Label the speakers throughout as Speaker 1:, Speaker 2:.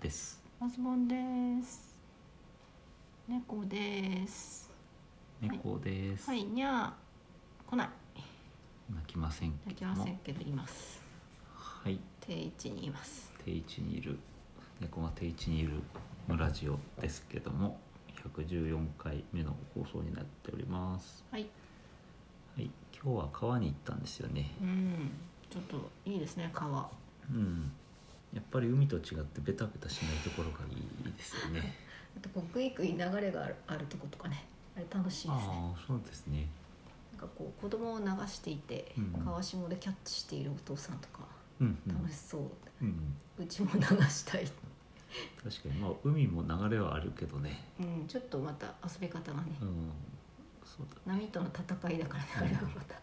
Speaker 1: です
Speaker 2: マズボンです。猫です。
Speaker 1: 猫です、
Speaker 2: はい、にゃー。来ない。
Speaker 1: 泣きません
Speaker 2: い
Speaker 1: け
Speaker 2: き
Speaker 1: ど
Speaker 2: ま
Speaker 1: も
Speaker 2: せんけど、います。
Speaker 1: はい
Speaker 2: 定位置にいます。
Speaker 1: 定位置にいる猫が定位置にいる村ジオですけども114回目の放送になっております
Speaker 2: はい。
Speaker 1: はい今日は川に行ったんですよね
Speaker 2: うん。ちょっといいですね、川。
Speaker 1: うんやっぱり海と違ってベタベタしないところがいいですよ ね
Speaker 2: あとこうグイグイ流れがあるあるとことかねあれ楽しいですね
Speaker 1: ああそうですね
Speaker 2: なんかこう子供を流していて、
Speaker 1: うん
Speaker 2: 川下でキャッチしているお父さんとか
Speaker 1: うんうん、
Speaker 2: 楽しそう、
Speaker 1: うん、
Speaker 2: うちも流したい、
Speaker 1: 確かにまあ海も流れはあるけどね
Speaker 2: うん、ちょっとまた遊び方がね、
Speaker 1: うんそうだ
Speaker 2: 波との戦いだからねあれはまた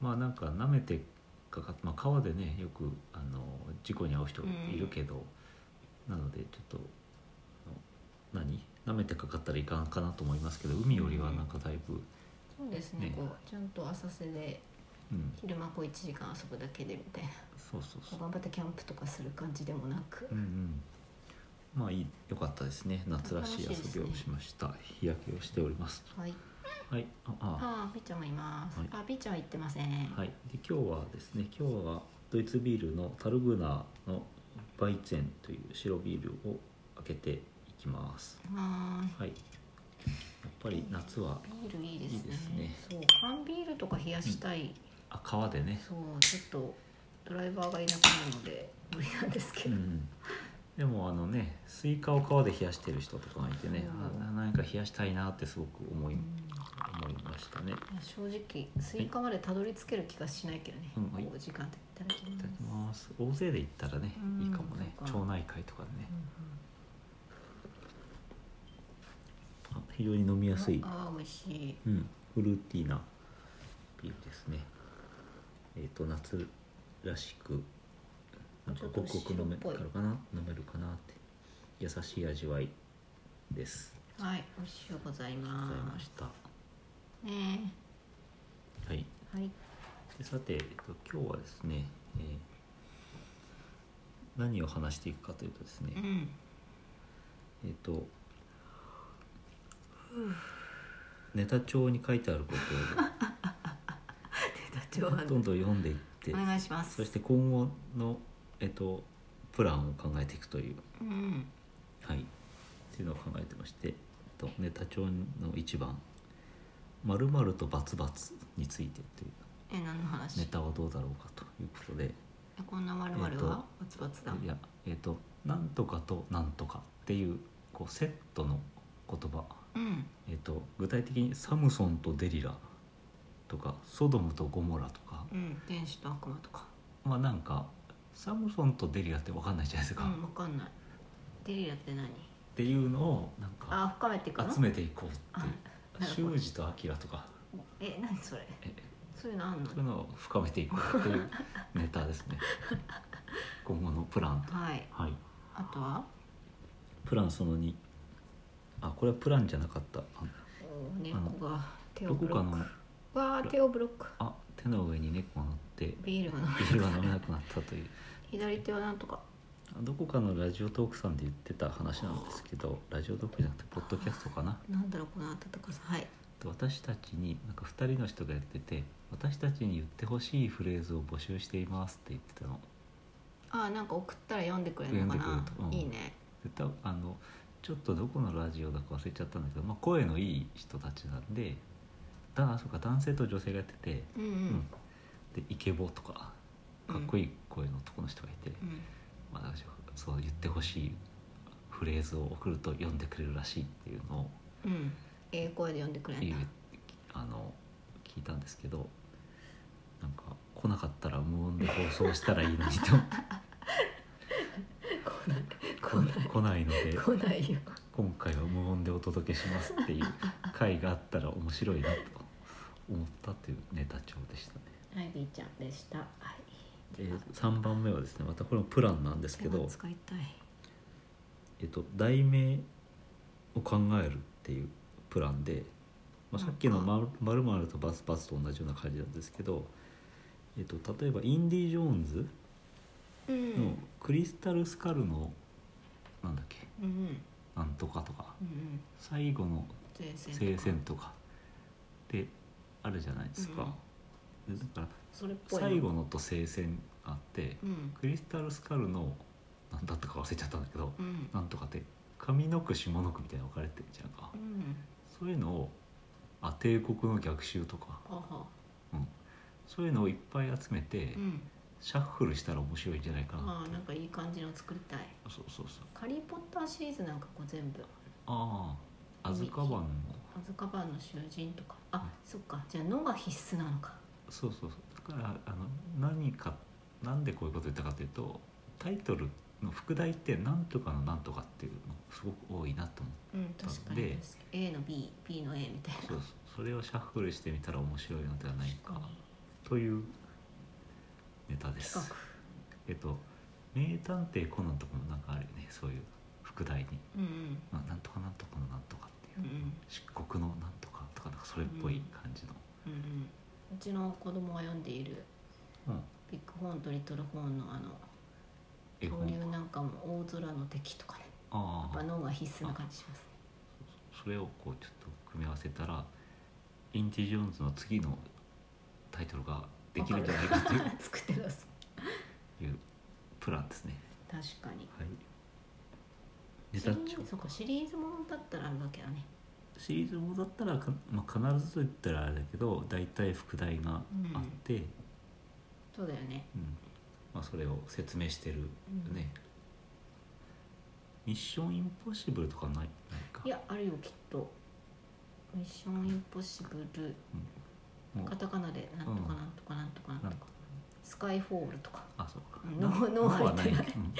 Speaker 1: まあなんか舐めてかか、まあ、川でねよくあの事故に遭う人いるけど、なのでちょっとあの何舐めてかかったらいかんかなと思いますけど海よりはなんかだいぶ、
Speaker 2: そうですね
Speaker 1: ね
Speaker 2: こうちゃんと浅瀬で
Speaker 1: うん、
Speaker 2: 昼間こう1時間遊ぶだけでみたいな
Speaker 1: そうそう
Speaker 2: こ
Speaker 1: そう
Speaker 2: う頑張ってキャンプとかする感じでもなく、
Speaker 1: うんうんまあいい良かったですね夏らしい遊
Speaker 2: 楽しいです
Speaker 1: び
Speaker 2: ね
Speaker 1: をしました日焼けをしております
Speaker 2: はい
Speaker 1: はいああ
Speaker 2: ああピーちゃんもいます、
Speaker 1: はい
Speaker 2: あピーちゃんは行ってません、
Speaker 1: はいで今日はですね今日はドイツビールのタルグナーのバイツェンという白ビールを開けていきます
Speaker 2: はーい
Speaker 1: はいやっぱり夏は
Speaker 2: ビールいいです
Speaker 1: い
Speaker 2: ね
Speaker 1: いですね
Speaker 2: そう缶ビールとか冷やしたい、
Speaker 1: あ川でね
Speaker 2: そうちょっとドライバーがいなくなるので無理なんですけ
Speaker 1: う
Speaker 2: ど、
Speaker 1: んでもあのねスイカを川で冷やしてる人とかがいてね
Speaker 2: うん
Speaker 1: あななんか冷やしたいなってすごく思い
Speaker 2: うん
Speaker 1: 思いましたねい
Speaker 2: いや正直スイカまでたどり着ける気がしないけどね、
Speaker 1: うんはい
Speaker 2: こう時間でいただきます
Speaker 1: ただきます大勢で行ったらね
Speaker 2: うん
Speaker 1: いいかもね
Speaker 2: そうか
Speaker 1: 町内会とかでね
Speaker 2: うんうん
Speaker 1: あ非常に飲みやすい
Speaker 2: ああ美味しい
Speaker 1: うん、フルーティーなビールですね。えっ、と夏らしくなんかごくごく飲める
Speaker 2: ちょっと白っぽい
Speaker 1: かな飲めるかなって優しい味わいです。
Speaker 2: はい美味しいござい
Speaker 1: ござい
Speaker 2: ま
Speaker 1: ました。は
Speaker 2: すね
Speaker 1: い。
Speaker 2: えはい
Speaker 1: でさて、えっと今日はですね、えー何を話していくかというとですね、
Speaker 2: うん
Speaker 1: えっ、とネタ帳に書いてあること
Speaker 2: 手立ちは
Speaker 1: をどんどん読んでいって
Speaker 2: お。願いします
Speaker 1: そして今後の、えっと、プランを考えていくという、
Speaker 2: うん
Speaker 1: はい、っていうのを考えてまして、えっと、ネタ帳の一番「まると××」についてという
Speaker 2: え何の話、
Speaker 1: ネタはどうだろうかということで
Speaker 2: えこんな丸々は、
Speaker 1: えっと
Speaker 2: バツバツだ
Speaker 1: いや、えっと「なんとかとなんとか」っていうこうセットの言葉、
Speaker 2: うん
Speaker 1: えっと、具体的に「サムソンとデリラ」とか「ソドムとゴモラ」とか
Speaker 2: うん天使と悪魔とか
Speaker 1: まあなんかサムソンとデリラって分かんないじゃないです
Speaker 2: う
Speaker 1: か。
Speaker 2: んわかんないデリラって何
Speaker 1: っていうのをなんか
Speaker 2: あ深めていくの
Speaker 1: 集めていこうって
Speaker 2: あなるほ
Speaker 1: いう
Speaker 2: ど
Speaker 1: 修二と明とか
Speaker 2: え何それ
Speaker 1: え
Speaker 2: そういうのあんの
Speaker 1: そういうのを深めていこうというネタです ね今後のプランと
Speaker 2: はい
Speaker 1: はい
Speaker 2: あとは
Speaker 1: プランその2あこれはプランじゃなかったあ
Speaker 2: お猫が手を
Speaker 1: どこ
Speaker 2: ブロ
Speaker 1: か
Speaker 2: ック
Speaker 1: の
Speaker 2: わあ手をブロック
Speaker 1: あ手の上に猫が乗って
Speaker 2: ビールが飲
Speaker 1: ビ
Speaker 2: め
Speaker 1: ールが飲めなくなったという
Speaker 2: 左手はなんとか
Speaker 1: あ どこかのラジオトークさんで言ってた話なんですけどラジオトークじゃなくてポッドキャストかな
Speaker 2: なんだろうこの温かさはい
Speaker 1: 私たちになんか2人の人がやってて私たちに言ってほしいフレーズを募集していますって言ってたの
Speaker 2: あなんか送ったら読んでくれるのか
Speaker 1: 読ん
Speaker 2: な
Speaker 1: でくれるとうん
Speaker 2: いいね
Speaker 1: でたあのちょっとどこのラジオだか忘れちゃったんだけど、まあ、声のいい人たちなんでだあそうか男性と女性がやってて、
Speaker 2: うんう
Speaker 1: うん
Speaker 2: ん
Speaker 1: でイケボとかかっこいい声の男の人がいて、
Speaker 2: うん
Speaker 1: まあ、私はそう言ってほしいフレーズを送ると読んでくれるらしいっていうのを
Speaker 2: うんええ声で読んでくれん
Speaker 1: 言
Speaker 2: だ
Speaker 1: うあの聞いたんですけどなんか来なかったら無音で放送したらいいのにと
Speaker 2: 来ない
Speaker 1: 来な来ないので
Speaker 2: 来ないよ
Speaker 1: 今回は無音でお届けしますっていう回があったら面白いなと思ったというネタ帳でしたね。
Speaker 2: はいビーちゃんでしたはい
Speaker 1: で3番目はですねまたこれもプランなんですけ
Speaker 2: 手が
Speaker 1: ど、
Speaker 2: 使いたい
Speaker 1: えっと、題名を考えるっていうプランで、まあ、さっきのま「まるまるとバスバス」と同じような感じなんですけど、えっと、例えばインディ・ジョーンズ
Speaker 2: う
Speaker 1: の
Speaker 2: ん
Speaker 1: クリスタル・スカルのなんだっけ
Speaker 2: うんうん
Speaker 1: なんとかとか
Speaker 2: うん
Speaker 1: 最後の
Speaker 2: 前線とか
Speaker 1: 聖戦とかであるじゃないですか、でだから
Speaker 2: それっぽいな
Speaker 1: 最後のと聖戦があって
Speaker 2: うん
Speaker 1: クリスタルスカルの何だったか忘れちゃったんだけど
Speaker 2: うん
Speaker 1: なんとかって上の句下の句みたいに分かれてるじゃんか
Speaker 2: うん
Speaker 1: そういうのをあ帝国の逆襲とか、
Speaker 2: はは
Speaker 1: うん、そういうのをいっぱい集めて、
Speaker 2: うん
Speaker 1: シャッフルしたら面白いんじゃないかな
Speaker 2: ああなんかいい感じの作りたい
Speaker 1: そうそうそう
Speaker 2: ハリー・ポッターシリーズなんかこう全部
Speaker 1: ああアズカバンの
Speaker 2: アズカバンの囚人とか
Speaker 1: うん
Speaker 2: あそっかじゃあ「の」が必須なのか
Speaker 1: そうそうそうだからあの何かなんでこういうこと言ったかというとタイトルの副題って「なんとかのなんとか」っていうのすごく多いなと思って
Speaker 2: うん確かに
Speaker 1: で
Speaker 2: A の BB の A みたい
Speaker 1: そうそうそれをシャッフルしてみたら面白いのではない
Speaker 2: な
Speaker 1: かというネタです
Speaker 2: 企画
Speaker 1: えっと「名探偵コナン」とかもなんかあるよねそういう副題に
Speaker 2: うんうん
Speaker 1: 「まあ、なんとかなんとかのなんとか」っていう
Speaker 2: う、ん
Speaker 1: 漆黒のなんとかとかなんかそれっぽい感じの、
Speaker 2: うんうんうちの子供が読んでいる
Speaker 1: うん、
Speaker 2: ビッグホーンとリトルホーンのあの
Speaker 1: 絵
Speaker 2: 恐竜
Speaker 1: 本
Speaker 2: なんかも大空の敵とかね
Speaker 1: あ
Speaker 2: や
Speaker 1: あ
Speaker 2: っぱ「の」が必須な感じしますね
Speaker 1: それをこうちょっと組み合わせたらインディ・ジョーンズの次のタイトルができるんじゃないかという
Speaker 2: わかる 作ってます
Speaker 1: いうプランですね。
Speaker 2: 確かに
Speaker 1: はい、ネタ
Speaker 2: シリ
Speaker 1: 帳
Speaker 2: ーズそうかシリーズものだったらあるわけだね
Speaker 1: シリーズものだったらか、まあ、必ずと言ったらあれだけど大体副題があって、うん
Speaker 2: そうだよね
Speaker 1: まあ、それを説明してる
Speaker 2: うん
Speaker 1: ね、ミッション・インポッシブル」とかないないか
Speaker 2: いやあるよきっと「ミッションインポッシブル」
Speaker 1: もう
Speaker 2: カタカナでなんとかなんとかなんとかなんと
Speaker 1: な
Speaker 2: か
Speaker 1: ん、か
Speaker 2: スカイフォールとか
Speaker 1: あそうか
Speaker 2: うん脳脳入ってない
Speaker 1: うん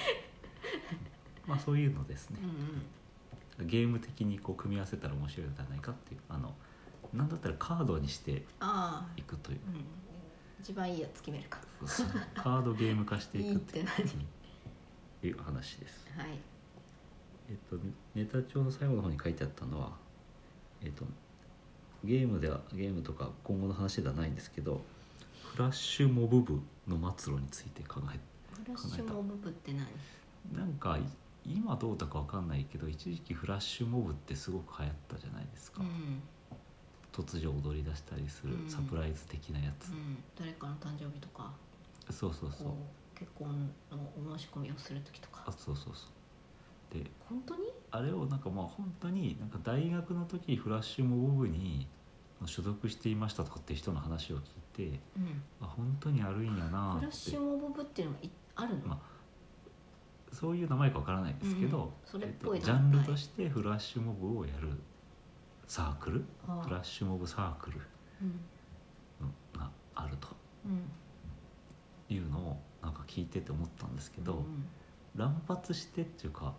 Speaker 1: まあそういうのですね
Speaker 2: う、ん
Speaker 1: ゲーム的にこう組み合わせたら面白いのではないかっていうあのなんだったらカードにして
Speaker 2: ああ
Speaker 1: いくと いう
Speaker 2: うん一番いいやつ決めるか
Speaker 1: そうそうカードゲーム化していく
Speaker 2: いいって何
Speaker 1: うんいう話です、
Speaker 2: はい
Speaker 1: えっと、ネタ帳の最後の方に書いてあったのは、えっと、ゲームではゲームとか今後の話ではないんですけどフラッシュモブ部の末路について考え
Speaker 2: フラッシュモブ部って何
Speaker 1: なんかい今どうだかわかんないけど一時期フラッシュモブってすごく流行ったじゃないですか、
Speaker 2: うん、
Speaker 1: 突如踊り出したりする
Speaker 2: うん
Speaker 1: サプライズ的なやつ
Speaker 2: う、ん、誰かの誕生日とか
Speaker 1: そうそうそう
Speaker 2: こう結婚のお申し込みをする時と
Speaker 1: あ
Speaker 2: か
Speaker 1: そうそうそうで
Speaker 2: 本当に
Speaker 1: あれをなんかまあ本当になんか大学の時フラッシュモブ部に所属していましたとかっていう人の話を聞いて
Speaker 2: うん
Speaker 1: あ本当にあるんやな
Speaker 2: フラ
Speaker 1: ー
Speaker 2: ッシ
Speaker 1: って
Speaker 2: ュモブ部っていうのがいあるの、
Speaker 1: まそういう名前かわからないですけど、
Speaker 2: うんそれっぽ
Speaker 1: え
Speaker 2: い
Speaker 1: っとジャ
Speaker 2: 団
Speaker 1: ン
Speaker 2: 体
Speaker 1: ルとしてフラッシュモブをやるサークル
Speaker 2: あ
Speaker 1: フラッシュモブサークル
Speaker 2: うん
Speaker 1: うんがあると
Speaker 2: うん
Speaker 1: いうのをなんか聞いてて思ったんですけど、
Speaker 2: うん
Speaker 1: 乱発してっていうか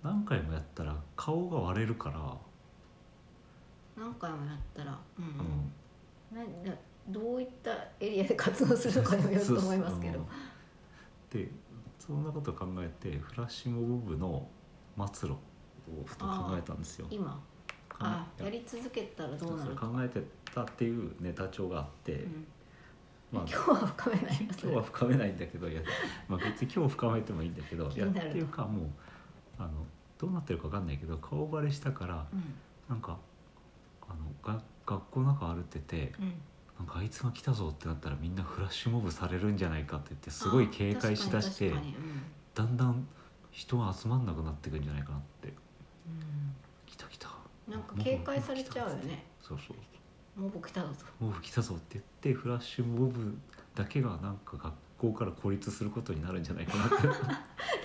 Speaker 1: 何回もやったら顔が割れるから、
Speaker 2: 何回もやったら、うん
Speaker 1: う
Speaker 2: うんなんだどういったエリアで活動するのかにもよると思いますけど
Speaker 1: そうそうでそんなことを考えてフラッシュモブ部の末路をふと考えたんですよ。
Speaker 2: 今
Speaker 1: 考え
Speaker 2: あやり続けたらどうな
Speaker 1: そ
Speaker 2: る
Speaker 1: れ
Speaker 2: か、
Speaker 1: 考えてたっていうネタ帳があって、
Speaker 2: うん
Speaker 1: まあ
Speaker 2: 今日は深めないです
Speaker 1: 今日は深めないんだけどいや、まあ、別に今日深めてもいいんだけど
Speaker 2: 気
Speaker 1: いや
Speaker 2: に
Speaker 1: っ
Speaker 2: なる
Speaker 1: ていうかもうあのどうなってるか分かんないけど顔バレしたから
Speaker 2: うん
Speaker 1: なんかあのが学校の中歩いてて
Speaker 2: うん
Speaker 1: なんかあいつが来たぞってなったらみんなフラッシュモブされるんじゃないかって言ってすごい警戒しだして
Speaker 2: あ確かに確かにうん
Speaker 1: だんだん人が集まんなくなってくんじゃないかなって来た来た
Speaker 2: なんか警戒されちゃうよね
Speaker 1: そうそう
Speaker 2: うんもう僕来たぞと
Speaker 1: モブ来たぞって言ってフラッシュモブだけがなんか学校から孤立することになるんじゃないかなって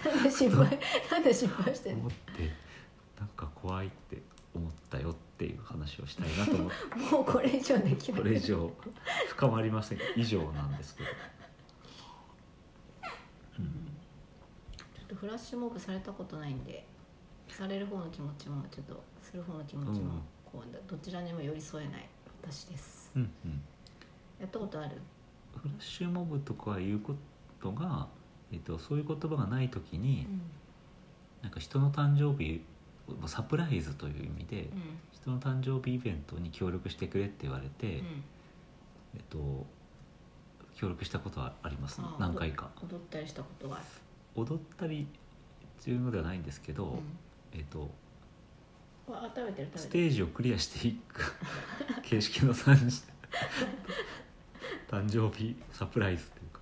Speaker 2: なんで心配なんで心配 してんの
Speaker 1: 思ってなんか怖いって思ったよっていう話をしたいなと思っ
Speaker 2: もうこれ以上でき
Speaker 1: て
Speaker 2: ない
Speaker 1: これ以上深まりません以上なんですけど、う
Speaker 2: うん
Speaker 1: ん、
Speaker 2: ちょっとフラッシュモブされたことないんでされる方の気持ちもちょっとする方の気持ち
Speaker 1: うん
Speaker 2: もこうどちらにも寄り添えない私です
Speaker 1: うんうん
Speaker 2: やったことある
Speaker 1: フラッシュモブとかいうことが、えっとそういう言葉がない時に、なんか人の誕生日をサプライズという意味で、
Speaker 2: う
Speaker 1: 人の誕生日イベントに協力してくれって言われて、
Speaker 2: んうん
Speaker 1: えっと協力したことはあります、
Speaker 2: あ
Speaker 1: 何回か
Speaker 2: 踊ったりしたことがある
Speaker 1: 踊ったりというのではないんですけど、
Speaker 2: うん
Speaker 1: えっと
Speaker 2: うわあ食べてる
Speaker 1: ス
Speaker 2: 食べてる
Speaker 1: テージをクリアしてい く形式の三人 誕生日サプライズというか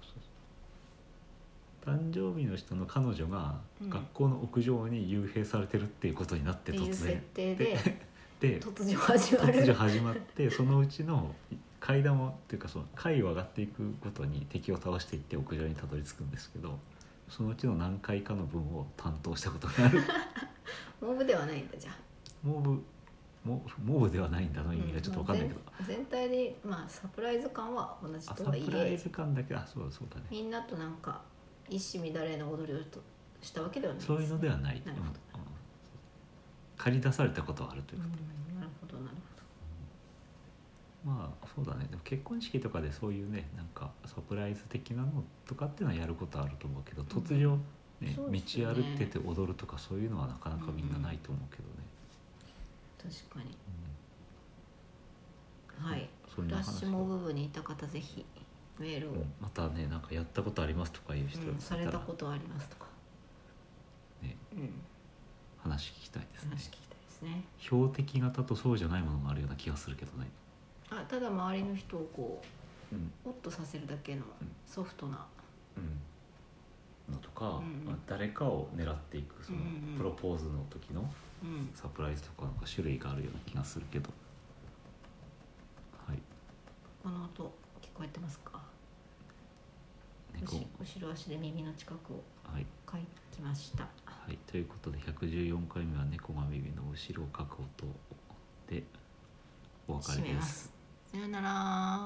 Speaker 1: 誕生日の人の彼女が
Speaker 2: うん
Speaker 1: 学校の屋上に幽閉されてるっていうことになって
Speaker 2: っていう
Speaker 1: 突
Speaker 2: 設
Speaker 1: 然
Speaker 2: 定で
Speaker 1: で
Speaker 2: 突如始ま
Speaker 1: 突如
Speaker 2: る
Speaker 1: 始まってそのうちの階段をっていうかその階を上がっていくごとに敵を倒していって屋上にたどり着くんですけどそのうちの何回かの分を担当したことが ある
Speaker 2: モブではないんだじゃあ
Speaker 1: モブモモブではないんだの意味がちょっと分かんないけど、
Speaker 2: うんまあ全全体でまあサプライズ感は同じ
Speaker 1: あ
Speaker 2: と
Speaker 1: サ
Speaker 2: はい
Speaker 1: プライ
Speaker 2: え
Speaker 1: ズ感だけあそうだそうだね
Speaker 2: みんなとなんか一糸乱れの踊りをとしたわけではない
Speaker 1: そういうのではない
Speaker 2: なる
Speaker 1: う
Speaker 2: ほど
Speaker 1: んうん借り出されたことはあるという
Speaker 2: う
Speaker 1: か、
Speaker 2: んなるほどなる
Speaker 1: まあそうだねでも結婚式とかでそういうねなんかサプライズ的なのとかっていうのはやることあると思うけど突如、ね
Speaker 2: そうですよ
Speaker 1: 道
Speaker 2: ね
Speaker 1: 歩いてて踊るとかそういうのはなかなかみんなないと思うけどね、
Speaker 2: ほど確かに
Speaker 1: うん
Speaker 2: はい
Speaker 1: そん
Speaker 2: フ
Speaker 1: な
Speaker 2: ラッ
Speaker 1: 話
Speaker 2: シュモブ部にいた方ぜひメールを、
Speaker 1: うんまたねなんかやったことありますとかいう人
Speaker 2: うんさ
Speaker 1: い
Speaker 2: れ
Speaker 1: た
Speaker 2: た
Speaker 1: ら、
Speaker 2: ことありますとか、
Speaker 1: ね、
Speaker 2: うん、
Speaker 1: 話聞きたいですね
Speaker 2: 話聞きたいですね
Speaker 1: 標的型とそうじゃないものがあるような気がするけどね、
Speaker 2: あただ周りの人をこ
Speaker 1: うん
Speaker 2: うオッとさせるだけの
Speaker 1: うん
Speaker 2: ソフトな、
Speaker 1: うん、のとか、
Speaker 2: うん
Speaker 1: まあ、誰かを狙っていくその
Speaker 2: うんうんうん
Speaker 1: プロポーズの時の
Speaker 2: うん、
Speaker 1: サプライズとかなんか種類があるような気がするけどはい
Speaker 2: この音聞こえてますか
Speaker 1: 猫
Speaker 2: 後後ろ足で耳の近くを
Speaker 1: はい、
Speaker 2: かいきました
Speaker 1: はい、ということで114回目は猫が耳の後ろをかく音でお別
Speaker 2: 閉
Speaker 1: れ
Speaker 2: め
Speaker 1: で
Speaker 2: ますす。さよなら